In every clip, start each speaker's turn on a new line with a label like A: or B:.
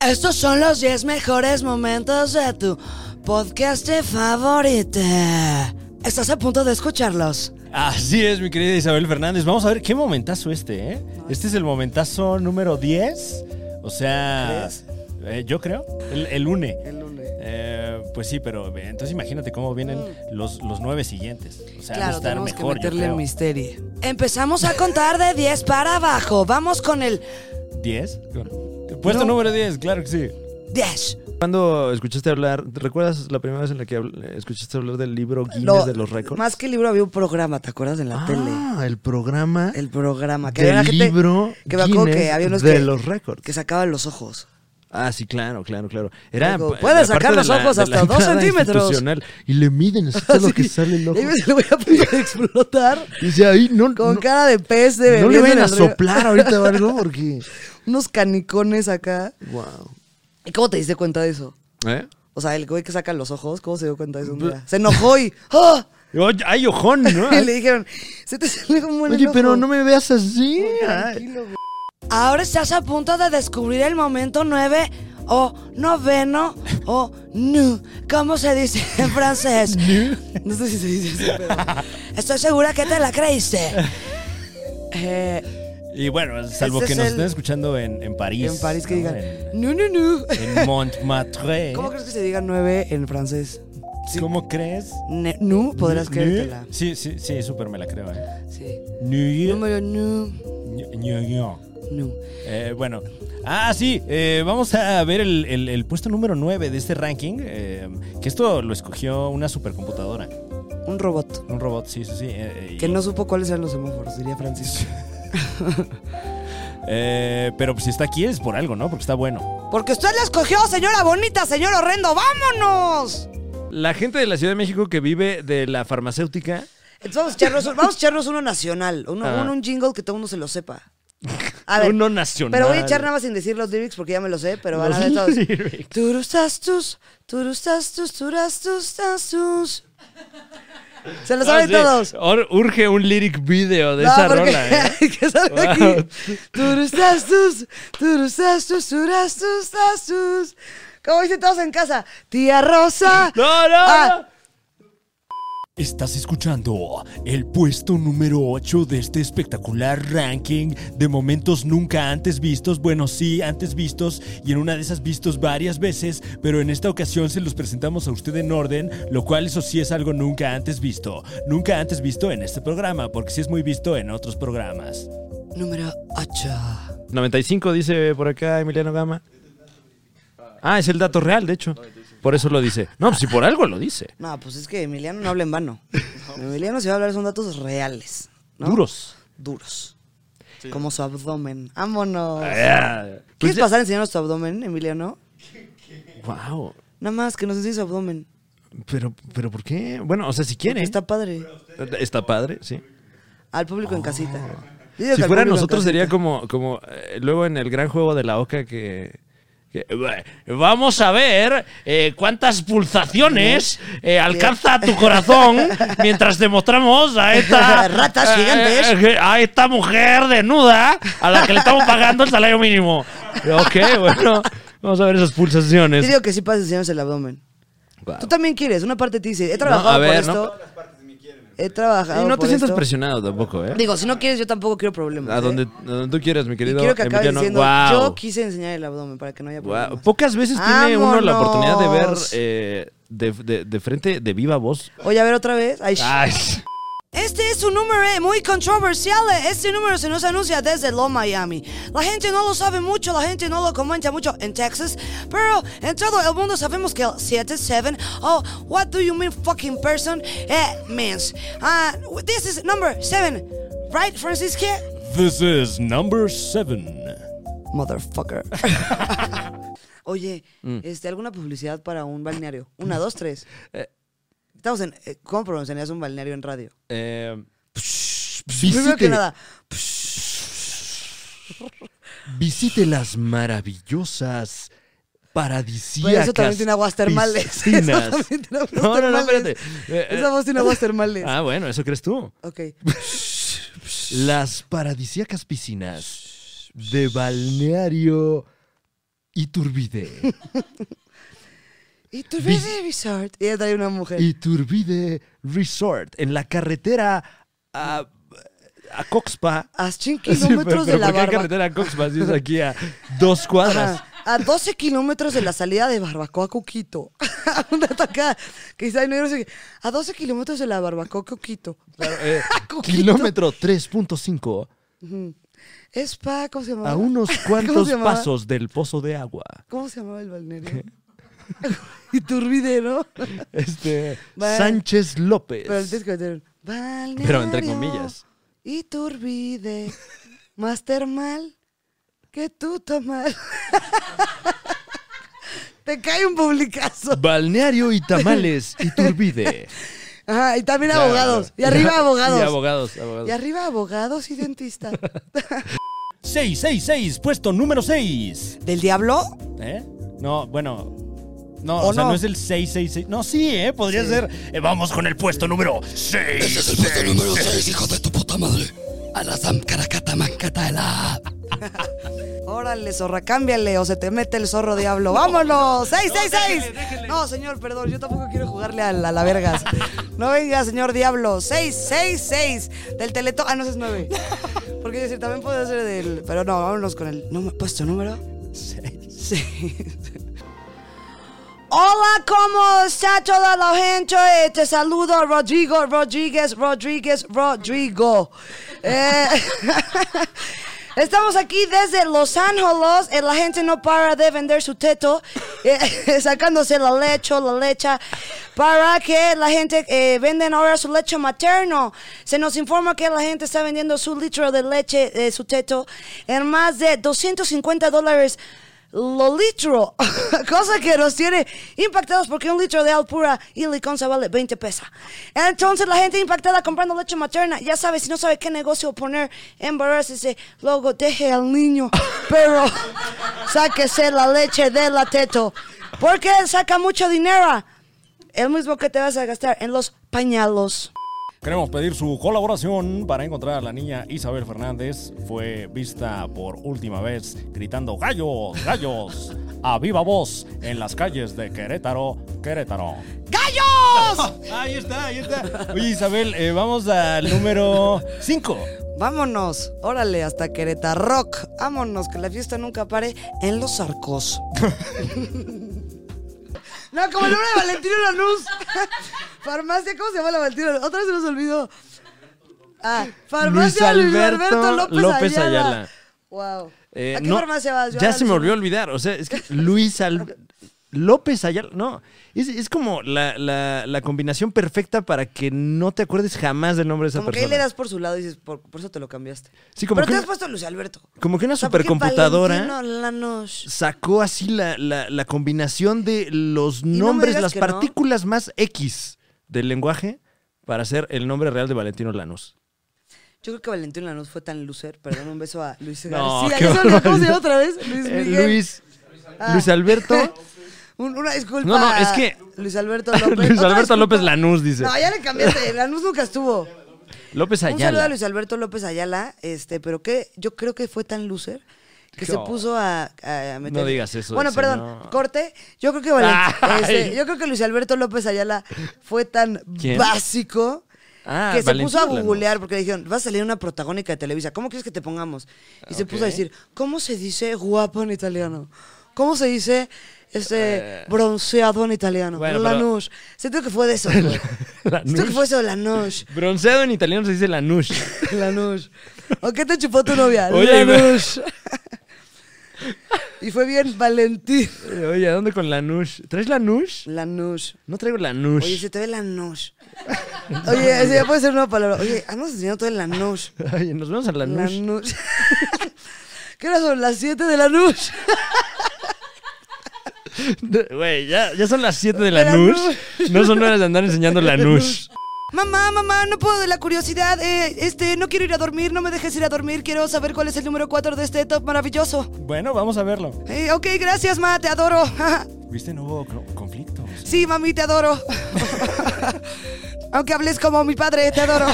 A: Estos son los 10 mejores momentos de tu podcast favorito. Estás a punto de escucharlos.
B: Así es, mi querida Isabel Fernández. Vamos a ver qué momentazo este, ¿eh? Este es el momentazo número 10. O sea, eh, yo creo, el, el UNE.
C: El lunes.
B: Eh, pues sí, pero eh, entonces imagínate cómo vienen
D: Mm.
B: los, los nueve siguientes. O sea, va a
C: claro,
B: estar
C: tenemos
B: mejor.
C: que
B: yo
C: meterle
B: creo.
C: misterio.
A: Empezamos a contar de 10 para abajo. Vamos con el
B: ¿Diez? Puesto
D: No.
B: número 10, claro que sí.
A: 10.
D: ¿Cuándo escuchaste hablar? ¿te ¿Recuerdas la primera vez en la que habl- eh, escuchaste hablar del libro Guinness
C: Lo-
D: de los récords?
C: Más que el libro había un programa, ¿te acuerdas? En la
D: ah,
C: tele.
D: el programa
C: El programa. Que
D: del
C: había una gente
D: libro
C: que me acuerdo
D: Guinness
C: que había unos
D: de
C: que,
D: los récords.
C: que sacaban los ojos.
D: Ah, sí, claro, claro, claro. Era
C: Luego,
D: eh,
C: puedes
D: la
C: sacar
D: parte
C: los
D: de la-
C: ojos
D: de la
C: hasta dos
D: entrada
C: centímetros. Ah,
D: institucional. Y le miden, así todo lo que
C: Sí.
D: sale el ojo.
C: Y me lo voy a poner a explotar
D: Y dice, ahí no,
C: con
D: no,
C: cara de pez de
D: no le
C: bebiendo
D: vayan
C: en
D: a
C: el río.
D: soplar ahorita o algo porque...
C: Unos canicones acá.
D: Wow.
C: ¿Y cómo te diste cuenta de eso?
D: ¿Eh?
C: O sea, el güey que saca los ojos, ¿cómo se dio cuenta de eso un día?
D: Pues
C: Se enojó y. ¡ah!
B: Oye, ¡Ay, ojón! ¿no?
C: Y le dijeron, se te sale un buen
D: Oye,
C: enojo".
D: pero no me veas así. Ay.
A: Ahora estás a punto de descubrir el momento 9 o noveno o nu. ¿Cómo se dice en francés?
C: No sé si se dice así, pero.
A: Estoy segura que te la creíste.
C: Eh,
B: Y bueno, salvo
C: Este
B: que
C: es
B: nos
C: el-
B: estén escuchando en, en París.
C: en París que
B: ¿no?
C: digan.
B: En,
C: No, no, no.
B: en Montmartre.
C: ¿Cómo crees que se diga nueve en francés? Sí.
B: ¿Cómo crees?
C: Ne- nu, podrás
B: ¿Nu?
C: creértela.
B: Sí, sí, sí, súper me la creo. ¿eh?
C: Sí.
B: New
C: Número nu. Nu.
B: Eh, bueno, ah, sí, eh, vamos a ver el, el- el puesto número 9 de este ranking, eh, que esto lo escogió una supercomputadora,
C: Un robot.
B: un robot, sí, sí, sí. eh, eh,
C: Que
B: y-
C: no supo cuáles eran los semáforos, diría Francisco.
B: eh, pero pues, si está aquí es por algo, ¿no? Porque está bueno.
A: Porque usted la escogió, señora bonita, señor horrendo. ¡Vámonos!
D: La gente de la Ciudad de México que vive de la farmacéutica.
C: Entonces vamos a echarnos, vamos a echarnos uno nacional. Uno,
D: Ah.
C: uno- un jingle que todo el mundo se lo sepa. A ver.
D: Uno nacional.
C: Pero voy a echar nada más sin decir los lyrics porque ya me lo sé, pero van a ver todos. Turustastus, turustastus, turastustastus. Se lo saben todos.
D: Urge un lyric video Ah, de
C: No,
D: esa
C: porque
D: rola. ¿eh?
C: hay que saber
D: Wow.
C: aquí. Turustastus, turustastus, turastustastus. Como dicen todos en casa. Tía Rosa.
D: No, no.
C: Ah.
B: Estás escuchando el puesto número 8 de este espectacular ranking de momentos nunca antes vistos, bueno, sí, antes vistos, y en una de esas vistos varias veces, pero en esta ocasión se los presentamos a usted en orden, lo cual eso sí es algo nunca antes visto, nunca antes visto en este programa, porque sí es muy visto en otros programas.
A: Número 8.
D: 95 dice por acá Emiliano Gama. Ah, es el dato real, de hecho. Por eso lo dice. No, pues si por algo lo dice.
C: No, pues es que Emiliano no habla en vano. Emiliano si va a hablar son datos reales, ¿no?
D: Duros.
C: Duros. Como su abdomen. Vámonos.
D: Ah, pues
C: ¿Quieres
D: ya-
C: pasar a enseñarnos tu abdomen, Emiliano?
D: Wow.
C: Nada más que nos enseñes su abdomen.
D: Pero, pero ¿por qué? Bueno, o sea, si
C: Porque
D: quiere.
C: Está padre.
D: Está padre, sí.
C: Al público en casita. Yo digo
D: Oh. Si
C: que al
D: fuera
C: público en
D: nosotros
C: casita.
D: sería como, como eh, luego en el gran juego de la OCA que... que, eh, Vamos a ver eh, cuántas pulsaciones eh, alcanza tu corazón mientras demostramos a esta
C: Ratas
D: eh,
C: gigantes.
D: eh, a esta mujer desnuda a la que le estamos pagando el salario mínimo. Ok, bueno, vamos a ver esas
C: Yo
D: pulsaciones.
C: digo que sí puedes enseñarnos el abdomen. Tú también quieres. Una parte te dice, he trabajado
D: a ver,
C: por
D: no-
C: esto. He trabajado
D: Y no te
C: por
D: sientas
C: esto.
D: presionado tampoco, ¿eh?
C: Digo, si no quieres, yo tampoco quiero problemas.
D: A
C: ¿eh?
D: donde, a donde tú quieras, mi
C: Y
D: querido
C: quiero que acabes
D: Emiliano.
C: diciendo,
D: Guau.
C: yo quise enseñar el abdomen para que no haya
D: Guau,
C: problemas.
D: Pocas veces tiene uno la oportunidad de ver
C: ¡Vámonos!
D: eh, de, de- de frente, de viva voz.
C: Oye, a ver otra vez. Ay, sh-
D: Ah,
A: Este es un número eh, muy controversial. Este número se nos anuncia desde Lo Miami. La gente no lo sabe mucho, la gente no lo comenta mucho en Texas, pero en todo el mundo sabemos que el 7-7 o What Do You Mean Fucking Person eh, means. Ah, this is number 7, right, Francisca?
B: This is number 7.
C: motherfucker. Oye, este, ¿alguna publicidad para un balneario? Una, dos, tres.
D: Eh.
C: Estamos en. eh, ¿Cómo promocionas un balneario en radio?
D: Eh,
C: Primero que
D: visite,
C: nada,
D: visite las maravillosas paradisíacas.
C: pero Pues eso también tiene aguas termales. Eso
D: piscinas.
C: también tiene aguas
D: no, no, no, espérate.
C: termales.
D: Eh, eh,
C: Esa voz tiene aguas termales.
D: ah, bueno, eso crees tú.
C: Ok.
D: Las paradisíacas piscinas de balneario
B: Iturbide.
C: Iturbide Resort. Y ella trae una mujer.
B: Iturbide Resort. En la carretera a, a Coxpa.
C: A 100 kilómetros de la
D: ¿Por qué hay
C: barba.
D: carretera a Coxpa si es aquí a
B: Dos cuadras.
C: Ajá, A 12 kilómetros de la salida de Barbacoa Coquito. Una tacada que está en negro. así que, A 12 kilómetros de la Barbacoa Coquito.
D: Eh,
C: Coquito.
B: Kilómetro 3.5.
C: Es pa, ¿cómo se llamaba?
B: A unos
C: Ah. ¿Cómo
B: cuantos
C: se llamaba?
B: pasos del pozo de agua.
C: ¿Cómo se llamaba el balneario? Iturbide, ¿no?
B: Este,
C: Vale.
B: Sánchez López.
C: Pero el disco de balneario.
D: Pero entre comillas.
C: Iturbide. Más termal que tú tomas. Te cae un publicazo.
B: Balneario y tamales Iturbide.
C: Ajá, y también abogados. Y arriba abogados.
D: Y abogados, abogados.
C: Y arriba abogados y dentistas.
B: 666, puesto número 6.
A: ¿Del diablo?
B: ¿Eh? No, bueno. No,
A: ¿O
B: o, sea, no?
A: no?
B: es el 666. No, sí, ¿eh? Podría ser. eh, vamos con el puesto número 6.
E: Ese es el puesto número 6, hijo de tu puta madre. Alazam caracata mancataela.
A: Órale, zorra, cámbiale o se te mete el zorro diablo. ¡Vámonos! ¡Seis, seis, seis!
C: No, señor, perdón, yo tampoco quiero jugarle a la, a la vergas. No venga, señor diablo. 666 del Teletón. Ah, no, ese es 9. Porque yo decir, también puede ser del. Pero no, vámonos con el número- puesto número. 6. Hola, ¿cómo está toda la gente? Eh, Te saludo, Rodrigo, Rodríguez, Rodríguez, Rodrigo. Eh, estamos aquí desde Los Ángeles. Eh, la gente no para de vender su teto, eh, sacándose la leche, la lecha, para que la gente eh, venden ahora su leche materno. Se nos informa que la gente está vendiendo su litro de leche, eh, su teto, en más de 250 dólares lo litro, cosa que nos tiene impactados porque un litro de alpura y liconza vale 20 pesos. Entonces la gente impactada comprando leche materna, ya sabe, si no sabe qué negocio poner, embarácese, luego deje al niño, pero sáquese la leche de la teto, porque saca mucho dinero, el mismo que te vas a gastar en los pañalos.
B: Queremos pedir su colaboración para encontrar a la niña Isabel Fernández. Fue vista por última vez gritando gallos, gallos, a viva voz en las calles de Querétaro, Querétaro.
A: ¡Gallos!
B: Ahí está, ahí está. Oye Isabel, eh, vamos al número 5.
A: Vámonos, órale, hasta Querétaro Rock. Vámonos, que la fiesta nunca pare en los arcos.
C: No, como el nombre de Valentino Lanús. Farmacia, ¿cómo se llama la Valentino? Otra vez se nos olvidó. Ah, farmacia Luis
D: Luis
C: Alberto,
D: Alberto
C: López,
D: López
C: Ayala.
D: Ayala.
C: Wow.
D: Eh,
C: ¿A qué
D: no,
C: farmacia vas? Yo
D: Ya
C: ahora
D: se
C: no
D: me
C: sé.
D: volvió a olvidar. O sea, es que Luis Al- López Ayala. No, es, es como la, la- la combinación perfecta para que no te acuerdes jamás del nombre de esa
C: Como que ahí
D: persona.
C: le das por su lado y dices, por, por eso te lo cambiaste.
D: Sí, como
C: Pero
D: que
C: te
D: una-
C: has puesto Luis Alberto.
D: como que una
C: O sea, ¿por qué
D: supercomputadora-
C: Valentino Lanús?
D: Sacó así la, la- la combinación de los
C: no me
D: nombres,
C: digas
D: las
C: que no.
D: partículas más X del lenguaje para hacer el nombre real de Valentino Lanús.
C: Yo creo que Valentino Lanús fue tan loser. Perdón, un beso a Luis
D: No,
C: García.
D: qué
C: ¿Ya sabes ¿Cómo se
D: barbaridad.
C: llama otra vez? Luis
D: Eh,
C: Miguel.
D: Luis,
C: Ah.
D: Luis Alberto.
C: Un- una disculpa.
D: No, no, es que-
C: Luis Alberto López.
D: Luis
C: Otra
D: Alberto
C: disculpa.
D: López Lanús dice.
C: No, ya le cambiaste. Lanús nunca estuvo.
D: López
C: Un saludo a
D: Ayala.
C: Luis Alberto López Ayala, este, pero que yo creo que fue tan loser que se
D: No.
C: puso a, a meter-
D: No digas eso,
C: Bueno,
D: dice,
C: perdón,
D: no.
C: corte. Yo creo que Valen-
D: Ay.
C: este, yo creo que Luis Alberto López Ayala fue tan
D: ¿Quién?
C: básico
D: Ah,
C: que se puso a
D: Valentín Lanús.
C: googlear porque le dijeron, va a salir una protagónica de Televisa, ¿cómo quieres que te pongamos? Y se puso a
D: Ah, Ok.
C: decir, ¿cómo se dice guapo en italiano? ¿Cómo se dice este bronceado en italiano?
D: Eh. bueno, pero-
C: Lanús. Siento que fue de eso. güey. Siento que
D: Lanús.
C: fue eso, Lanús.
D: Bronceado en italiano se dice Lanús.
C: Lanús. ¿O qué te chupó tu novia?
D: Oye, y me-
C: Lanús. Y fue bien Valentín.
D: Eh, Oye, ¿a dónde con Lanús? ¿Traes Lanús?
C: Lanús.
D: No traigo Lanús.
C: Oye, se te ve Lanús. Oye, ese ya puede ser una palabra. Oye, andamos enseñando todo el Lanús.
D: Oye, nos vemos a Lanús.
C: Lanús. ¿Qué hora son? Las 7 de Lanús.
D: Güey, ya, ya son las 7 de Lanús. No son horas de andar enseñando Lanús.
A: Mamá, mamá, no puedo de la curiosidad. eh, este, no quiero ir a dormir, no me dejes ir a dormir. Quiero saber cuál es el número 4 de este top maravilloso.
B: Bueno, vamos a verlo.
A: Eh, ok, gracias, ma, te adoro.
B: ¿Viste? No hubo co- conflictos.
A: sí, mami, te adoro.
C: Aunque hables como mi padre, te adoro.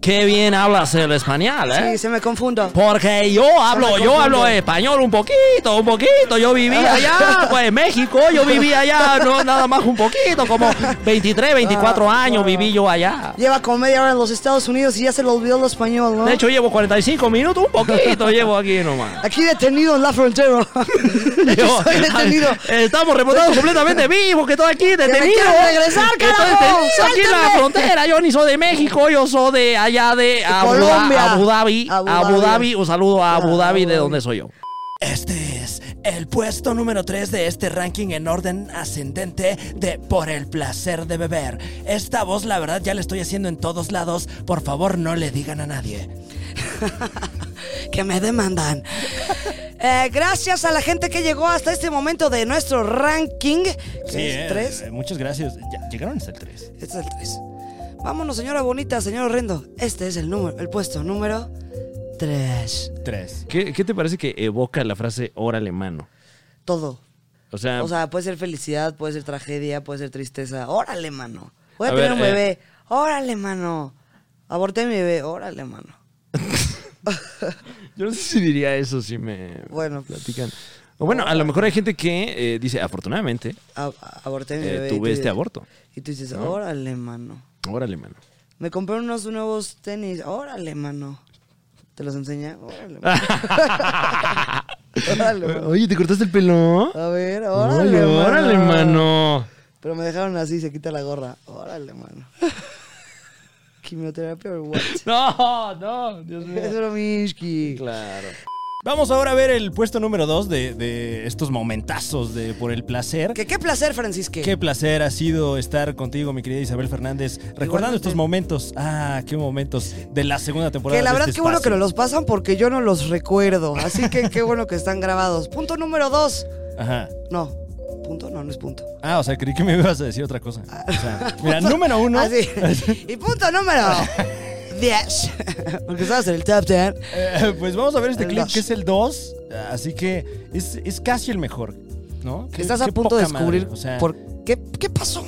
D: Qué bien hablas el español, ¿eh?
C: Sí, se me confundo.
D: Porque yo hablo, yo
C: confundo.
D: hablo español un poquito, un poquito. Yo vivía
C: Ah,
D: allá, pues en México, yo vivía allá, no nada más un poquito, como 23, 24
C: Ah,
D: años viví yo allá.
C: Lleva como media hora en los Estados Unidos y ya se le olvidó el español, ¿no?
D: De hecho, llevo 45 minutos, un poquito llevo aquí nomás.
C: Aquí detenido en la frontera.
D: Llevo-
C: Soy detenido.
D: Estamos reportados completamente vivos, que estoy aquí detenido.
C: quiero regresar,
D: Que estoy
C: carajo.
D: detenido aquí en la
C: Suéltame.
D: frontera. Yo ni soy de México, yo soy de allá de Abu, Da-
C: Colombia.
D: Abu Dhabi.
C: Abu
D: Abu
C: Dhabi.
D: Dhabi. Un saludo a Abu Dhabi, de donde soy yo.
B: Este es el puesto número 3 de este ranking en orden ascendente de Por el placer de beber. Esta voz, la verdad, ya la estoy haciendo en todos lados. Por favor, no le digan a nadie.
C: que me demandan. Eh, gracias a la gente que llegó hasta este momento de nuestro ranking. que es tres.
B: eh, muchas gracias. llegaron hasta el 3.
C: Este es el 3. Vámonos, señora bonita, señor horrendo. Este es el número, el puesto número 3.
B: 3.
D: ¿Qué, qué te parece que evoca la frase órale mano?
C: Todo.
D: O sea,
C: O sea, puede ser felicidad, puede ser tragedia, puede ser tristeza. Órale, mano. Voy a,
D: A
C: tener
D: ver,
C: un
D: eh.
C: bebé. Órale, mano. Aborté mi bebé. Órale, mano.
D: yo no sé si diría eso si me
C: Bueno.
D: platican. O bueno, a lo mejor hay gente que eh, dice, afortunadamente,
C: A- a- aborté mi
D: Eh,
C: bebé. y
D: tuve
C: tú
D: este
C: dices-
D: aborto.
C: Y tú dices, órale, mano.
D: órale mano.
C: Me compré unos nuevos tenis. Órale, mano. ¿Te los enseñé? Órale, mano. Órale, mano.
D: Oye, ¿te cortaste el pelo?
C: A ver, órale,
D: Oye,
C: mano.
D: órale, mano.
C: Pero me dejaron así, se quita la gorra. Órale, mano. Quimioterapia o what?
D: No, no, Dios
C: Es bromishki.
D: Claro.
B: Vamos ahora a ver el puesto número 2 de, de estos momentazos de Por el placer.
C: Que qué placer, Francisque.
B: Qué placer ha sido estar contigo, mi querida Isabel Fernández, recordando estos momentos. Ah, qué momentos de la segunda temporada.
C: Que la
B: de
C: verdad,
B: este
C: qué bueno que
B: espacio.
C: nos los pasan porque yo no los recuerdo. Así que qué bueno que están grabados. Punto número dos.
B: Ajá.
C: No, punto, no, no es punto.
B: Ah, o sea, creí que me ibas a decir otra cosa.
C: Ah.
B: O sea, mira, número uno.
C: Así. Ah, Y punto número 10. Porque estabas en el top 10.
B: eh, pues vamos a ver este
C: El
B: clip
C: dos.
B: que es el 2. Así que es, es casi el mejor, ¿no? Qué-
C: Estás a
B: qué
C: punto de
B: poca madre,
C: descubrir
B: o sea,
C: por qué, qué pasó.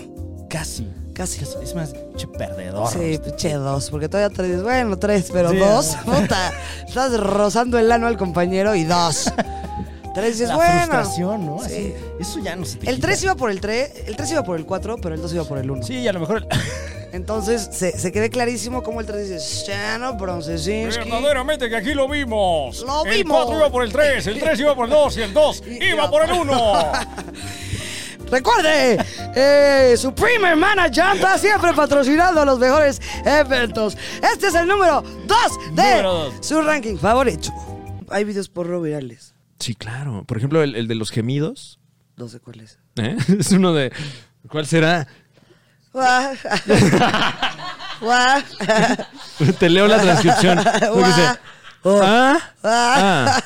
B: casi,
C: Casi.
B: casi. Es más, che, perdedor.
C: Sí, pinche dos, porque todavía tres, bueno, tres, pero
B: Sí,
C: dos,
B: ah.
C: puta, estás rozando el ano al compañero y dos. Tres dices,
B: La
C: bueno.
B: frustración, ¿no?
C: sí.
B: Así, eso ya no se te
C: El
B: quita.
C: 3 iba por el 3, el 3 iba por el 4, pero el 2 iba por el 1.
B: Sí, y a lo mejor. el-
C: Entonces se, se quede clarísimo cómo el 3 dice, Shano Bronzesinski.
F: Verdaderamente que aquí lo vimos.
C: Lo
F: El
C: vimos.
F: 4 iba por el 3, el 3 iba por el 2 y el 2 iba por el 1.
C: Recuerde, eh, su primer manager está siempre patrocinando los mejores eventos. Este es el número 2 de
B: Número dos.
C: su ranking favorito. Hay videos porro virales,
D: Sí, claro. Por ejemplo, el, el de los gemidos.
C: no sé cuáles.
D: ¿eh? Es uno de. ¿Cuál será?
C: Guau. Guau.
D: Te leo la transcripción. Lo que dice, Ah,
C: Ah.
D: ah,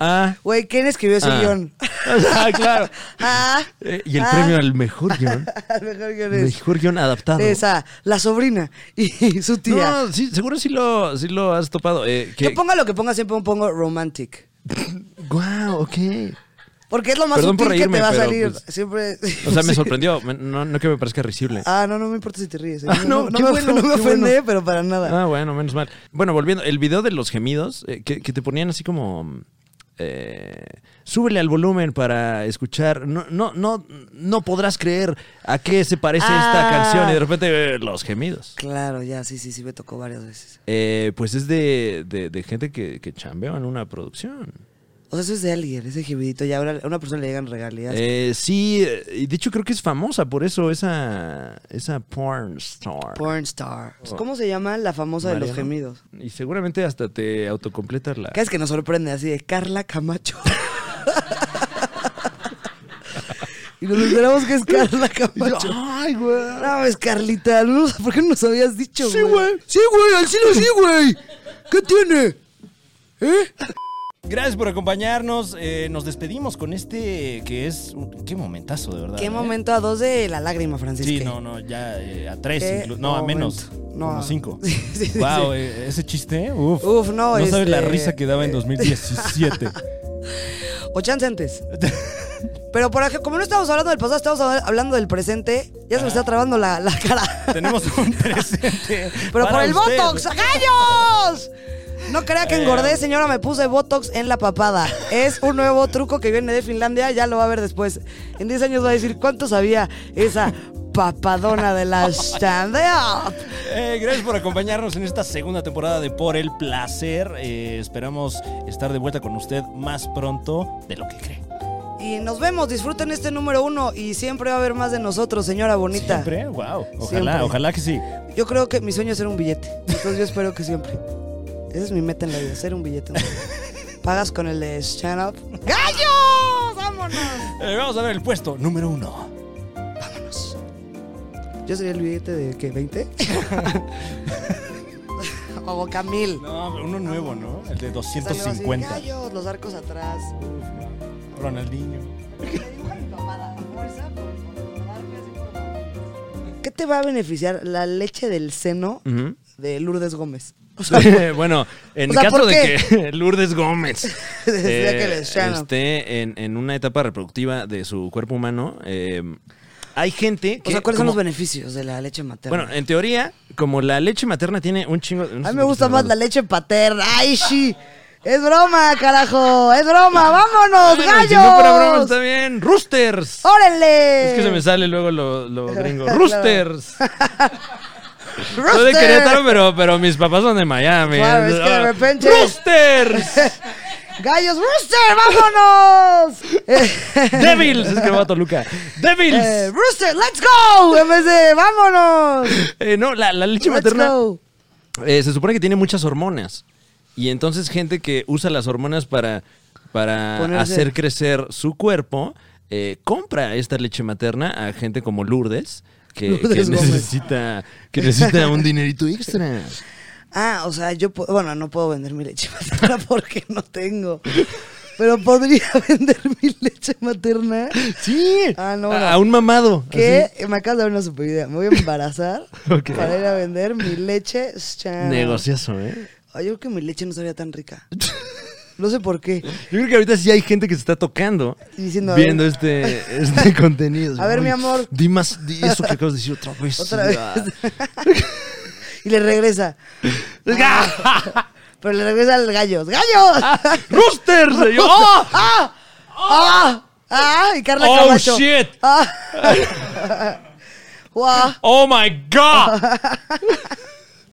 D: ah.
C: Güey, ¿quién escribió ese
D: Ah.
C: guión?
D: Ah, claro.
C: Ah.
D: Eh, y el
C: Ah. Pues,
D: premio al mejor guión.
C: Al mejor guión es-
D: Mejor guión adaptado.
C: Esa, la sobrina y su tía.
D: No, sí, seguro sí lo, sí lo has topado. Eh, que,
C: Yo ponga lo que ponga, siempre pongo romantic.
D: Guau, ok.
C: Porque es lo más
D: Perdón por
C: sutil que te
D: reírme,
C: va a
D: pero,
C: salir.
D: pues,
C: siempre.
D: O sea, me
C: Sí.
D: sorprendió. Me- No, no que me parezca risible.
C: Ah, no, no me importa si te ríes. ¿eh?
D: Ah,
C: no,
D: no,
C: no
D: qué
C: me,
D: bueno,
C: no me
D: qué
C: ofende,
D: bueno.
C: pero para nada.
D: Ah, bueno, menos mal. Bueno, volviendo, el video de los gemidos, eh, que, que te ponían así como... eh, súbele al volumen para escuchar. No, no, no, no podrás creer a qué se parece
C: Ah.
D: esta canción y de repente eh, los gemidos.
C: Claro, ya, sí, sí, sí, me tocó varias veces.
D: Eh, pues es de, de- de gente que, que chambeó en una producción.
C: O sea, eso es de alguien, ese gemidito. Ya ahora a una persona le llegan regalías.
D: Eh, sí, eh, y de hecho creo que es famosa por eso esa, esa porn star.
C: Porn star. Pues, ¿Cómo se llama la famosa de los
D: Mariano.
C: gemidos?
D: Y seguramente hasta te autocompletas la...
C: ¿Qué es que nos sorprende así de Carla Camacho? y nos enteramos que es Carla Camacho.
D: Ay, güey.
C: No, es Carlita, no, ¿por qué no nos habías dicho,
D: Sí, güey.
C: Sí, güey, al chile sí, güey. ¿Qué tiene? ¿Eh?
B: Gracias por acompañarnos. eh, nos despedimos con este que es. un- Qué momentazo, de verdad.
C: Qué
B: ¿eh?
C: momento a dos de la lágrima, Francisco.
B: Sí, no, no, ya eh, a tres,
C: Qué
B: inclu- no, a menos,
C: momento. No,
B: no,
C: a-
B: como cinco.
C: Sí, sí, sí, sí.
B: wow, eh, ese chiste, uf.
C: Uf, no,
B: No sabes la
C: este,
B: risa que daba en 2017.
C: O chance antes. Pero por ejemplo, como no estamos hablando del pasado, estamos hab- hablando del presente. Ya se me está trabando la, la cara.
B: Tenemos un presente.
C: Pero
B: para
C: por el
B: usted. Eh,
C: Botox, ¡gallos! No crea que engordé, señora, me puse Botox en la papada. Es un nuevo truco que viene de Finlandia, ya lo va a ver después. En 10 años va a decir cuánto sabía esa papadona de la stand up.
B: Eh, gracias por acompañarnos en esta segunda temporada de Por el Placer. Eh, esperamos estar de vuelta con usted más pronto de lo que cree.
C: Y nos vemos, disfruten este número uno y siempre va a haber más de nosotros, señora bonita.
B: Siempre, wow. Ojalá,
C: Siempre.
B: ojalá que sí.
C: Yo creo que mi sueño es ser un billete. Entonces yo espero que siempre. Esa es mi meta en la vida, ser un billete. un día. Pagas con el eh, stand up. ¡Gallos! ¡Vámonos!
B: Eh, vamos a ver el puesto número uno.
C: Yo sería el billete de ¿qué? ¿20? o Camil.
B: No, uno nuevo, ¿no? El de
C: Salió así,
B: 250.
C: gallos, los arcos atrás.
B: Ronaldinho.
C: ¿Qué te va a beneficiar la leche del seno
D: Mm.
C: de Lourdes Gómez? O sea,
D: bueno, en
C: O sea,
D: caso
C: ¿por
D: de que Lourdes Gómez
C: Decía
D: eh,
C: que les llamo.
D: esté en, en una etapa reproductiva de su cuerpo humano, eh, hay gente que...
C: o sea, ¿cuáles son
D: como-
C: los beneficios de la leche materna?
D: Bueno, en teoría, como la leche materna tiene un chingo...
C: a mí me gusta más la leche paterna. ¡Ay, sí! ¡Es broma, carajo! ¡Es broma! ¡Vámonos,
D: Bueno, y
C: gallos!
D: Si no para broma, está bien. ¡Roosters!
C: ¡Órale!
D: Es que se me sale luego lo, lo gringo. ¡Roosters! Soy de
C: ¡Rooster!
D: Querétaro, pero, pero mis papás son de Miami.
C: Claro, es que de
D: Ah,
C: repente-
D: ¡Roosters!
C: ¡Gallos Rooster, vámonos!
D: ¡Devils! Es que va a Toluca. ¡Devils!
C: Eh, Rooster, let's go! En vez de vámonos.
D: Eh, no, la, la leche
C: Let's
D: materna
C: go.
D: eh, se supone que tiene muchas hormonas. Y entonces gente que usa las hormonas para, para
C: Ponerse-
D: hacer crecer su cuerpo, eh, compra esta leche materna a gente como Lourdes, que, que
C: Lourdes Gómez.
D: necesita, que necesita un dinerito extra.
C: Ah, o sea, yo, pu- bueno, no puedo vender mi leche materna porque no tengo. Pero podría vender mi leche materna.
D: Sí.
C: Ah, no,
D: A,
C: no.
D: a un mamado.
C: Que me acabas de dar una super idea. Me voy a embarazar
D: Ok.
C: para ir a vender mi leche. Chan.
D: así. Negociazo, ¿eh?
C: Ay, yo creo que mi leche no sabía tan rica. No sé por qué.
D: Yo creo que ahorita sí hay gente que se está tocando
C: Y diciendo, a
D: viendo
C: ver.
D: este, este contenido.
C: A ver, mi
D: Ay,
C: amor.
D: Di más, di eso que acabas de decir otra vez.
C: Otra vez. y le regresa. Ah,
D: Ah.
C: Pero le regresa al gallo. ¡Gallos!
D: ¡Rooster! señor! ¡Oh!
C: ¡Ah! ¡Ah! ¡Ah! Y Carla
D: Oh,
C: Camacho.
D: shit.
C: ¡Ah! ¡Guau!
D: ¡Oh, my God!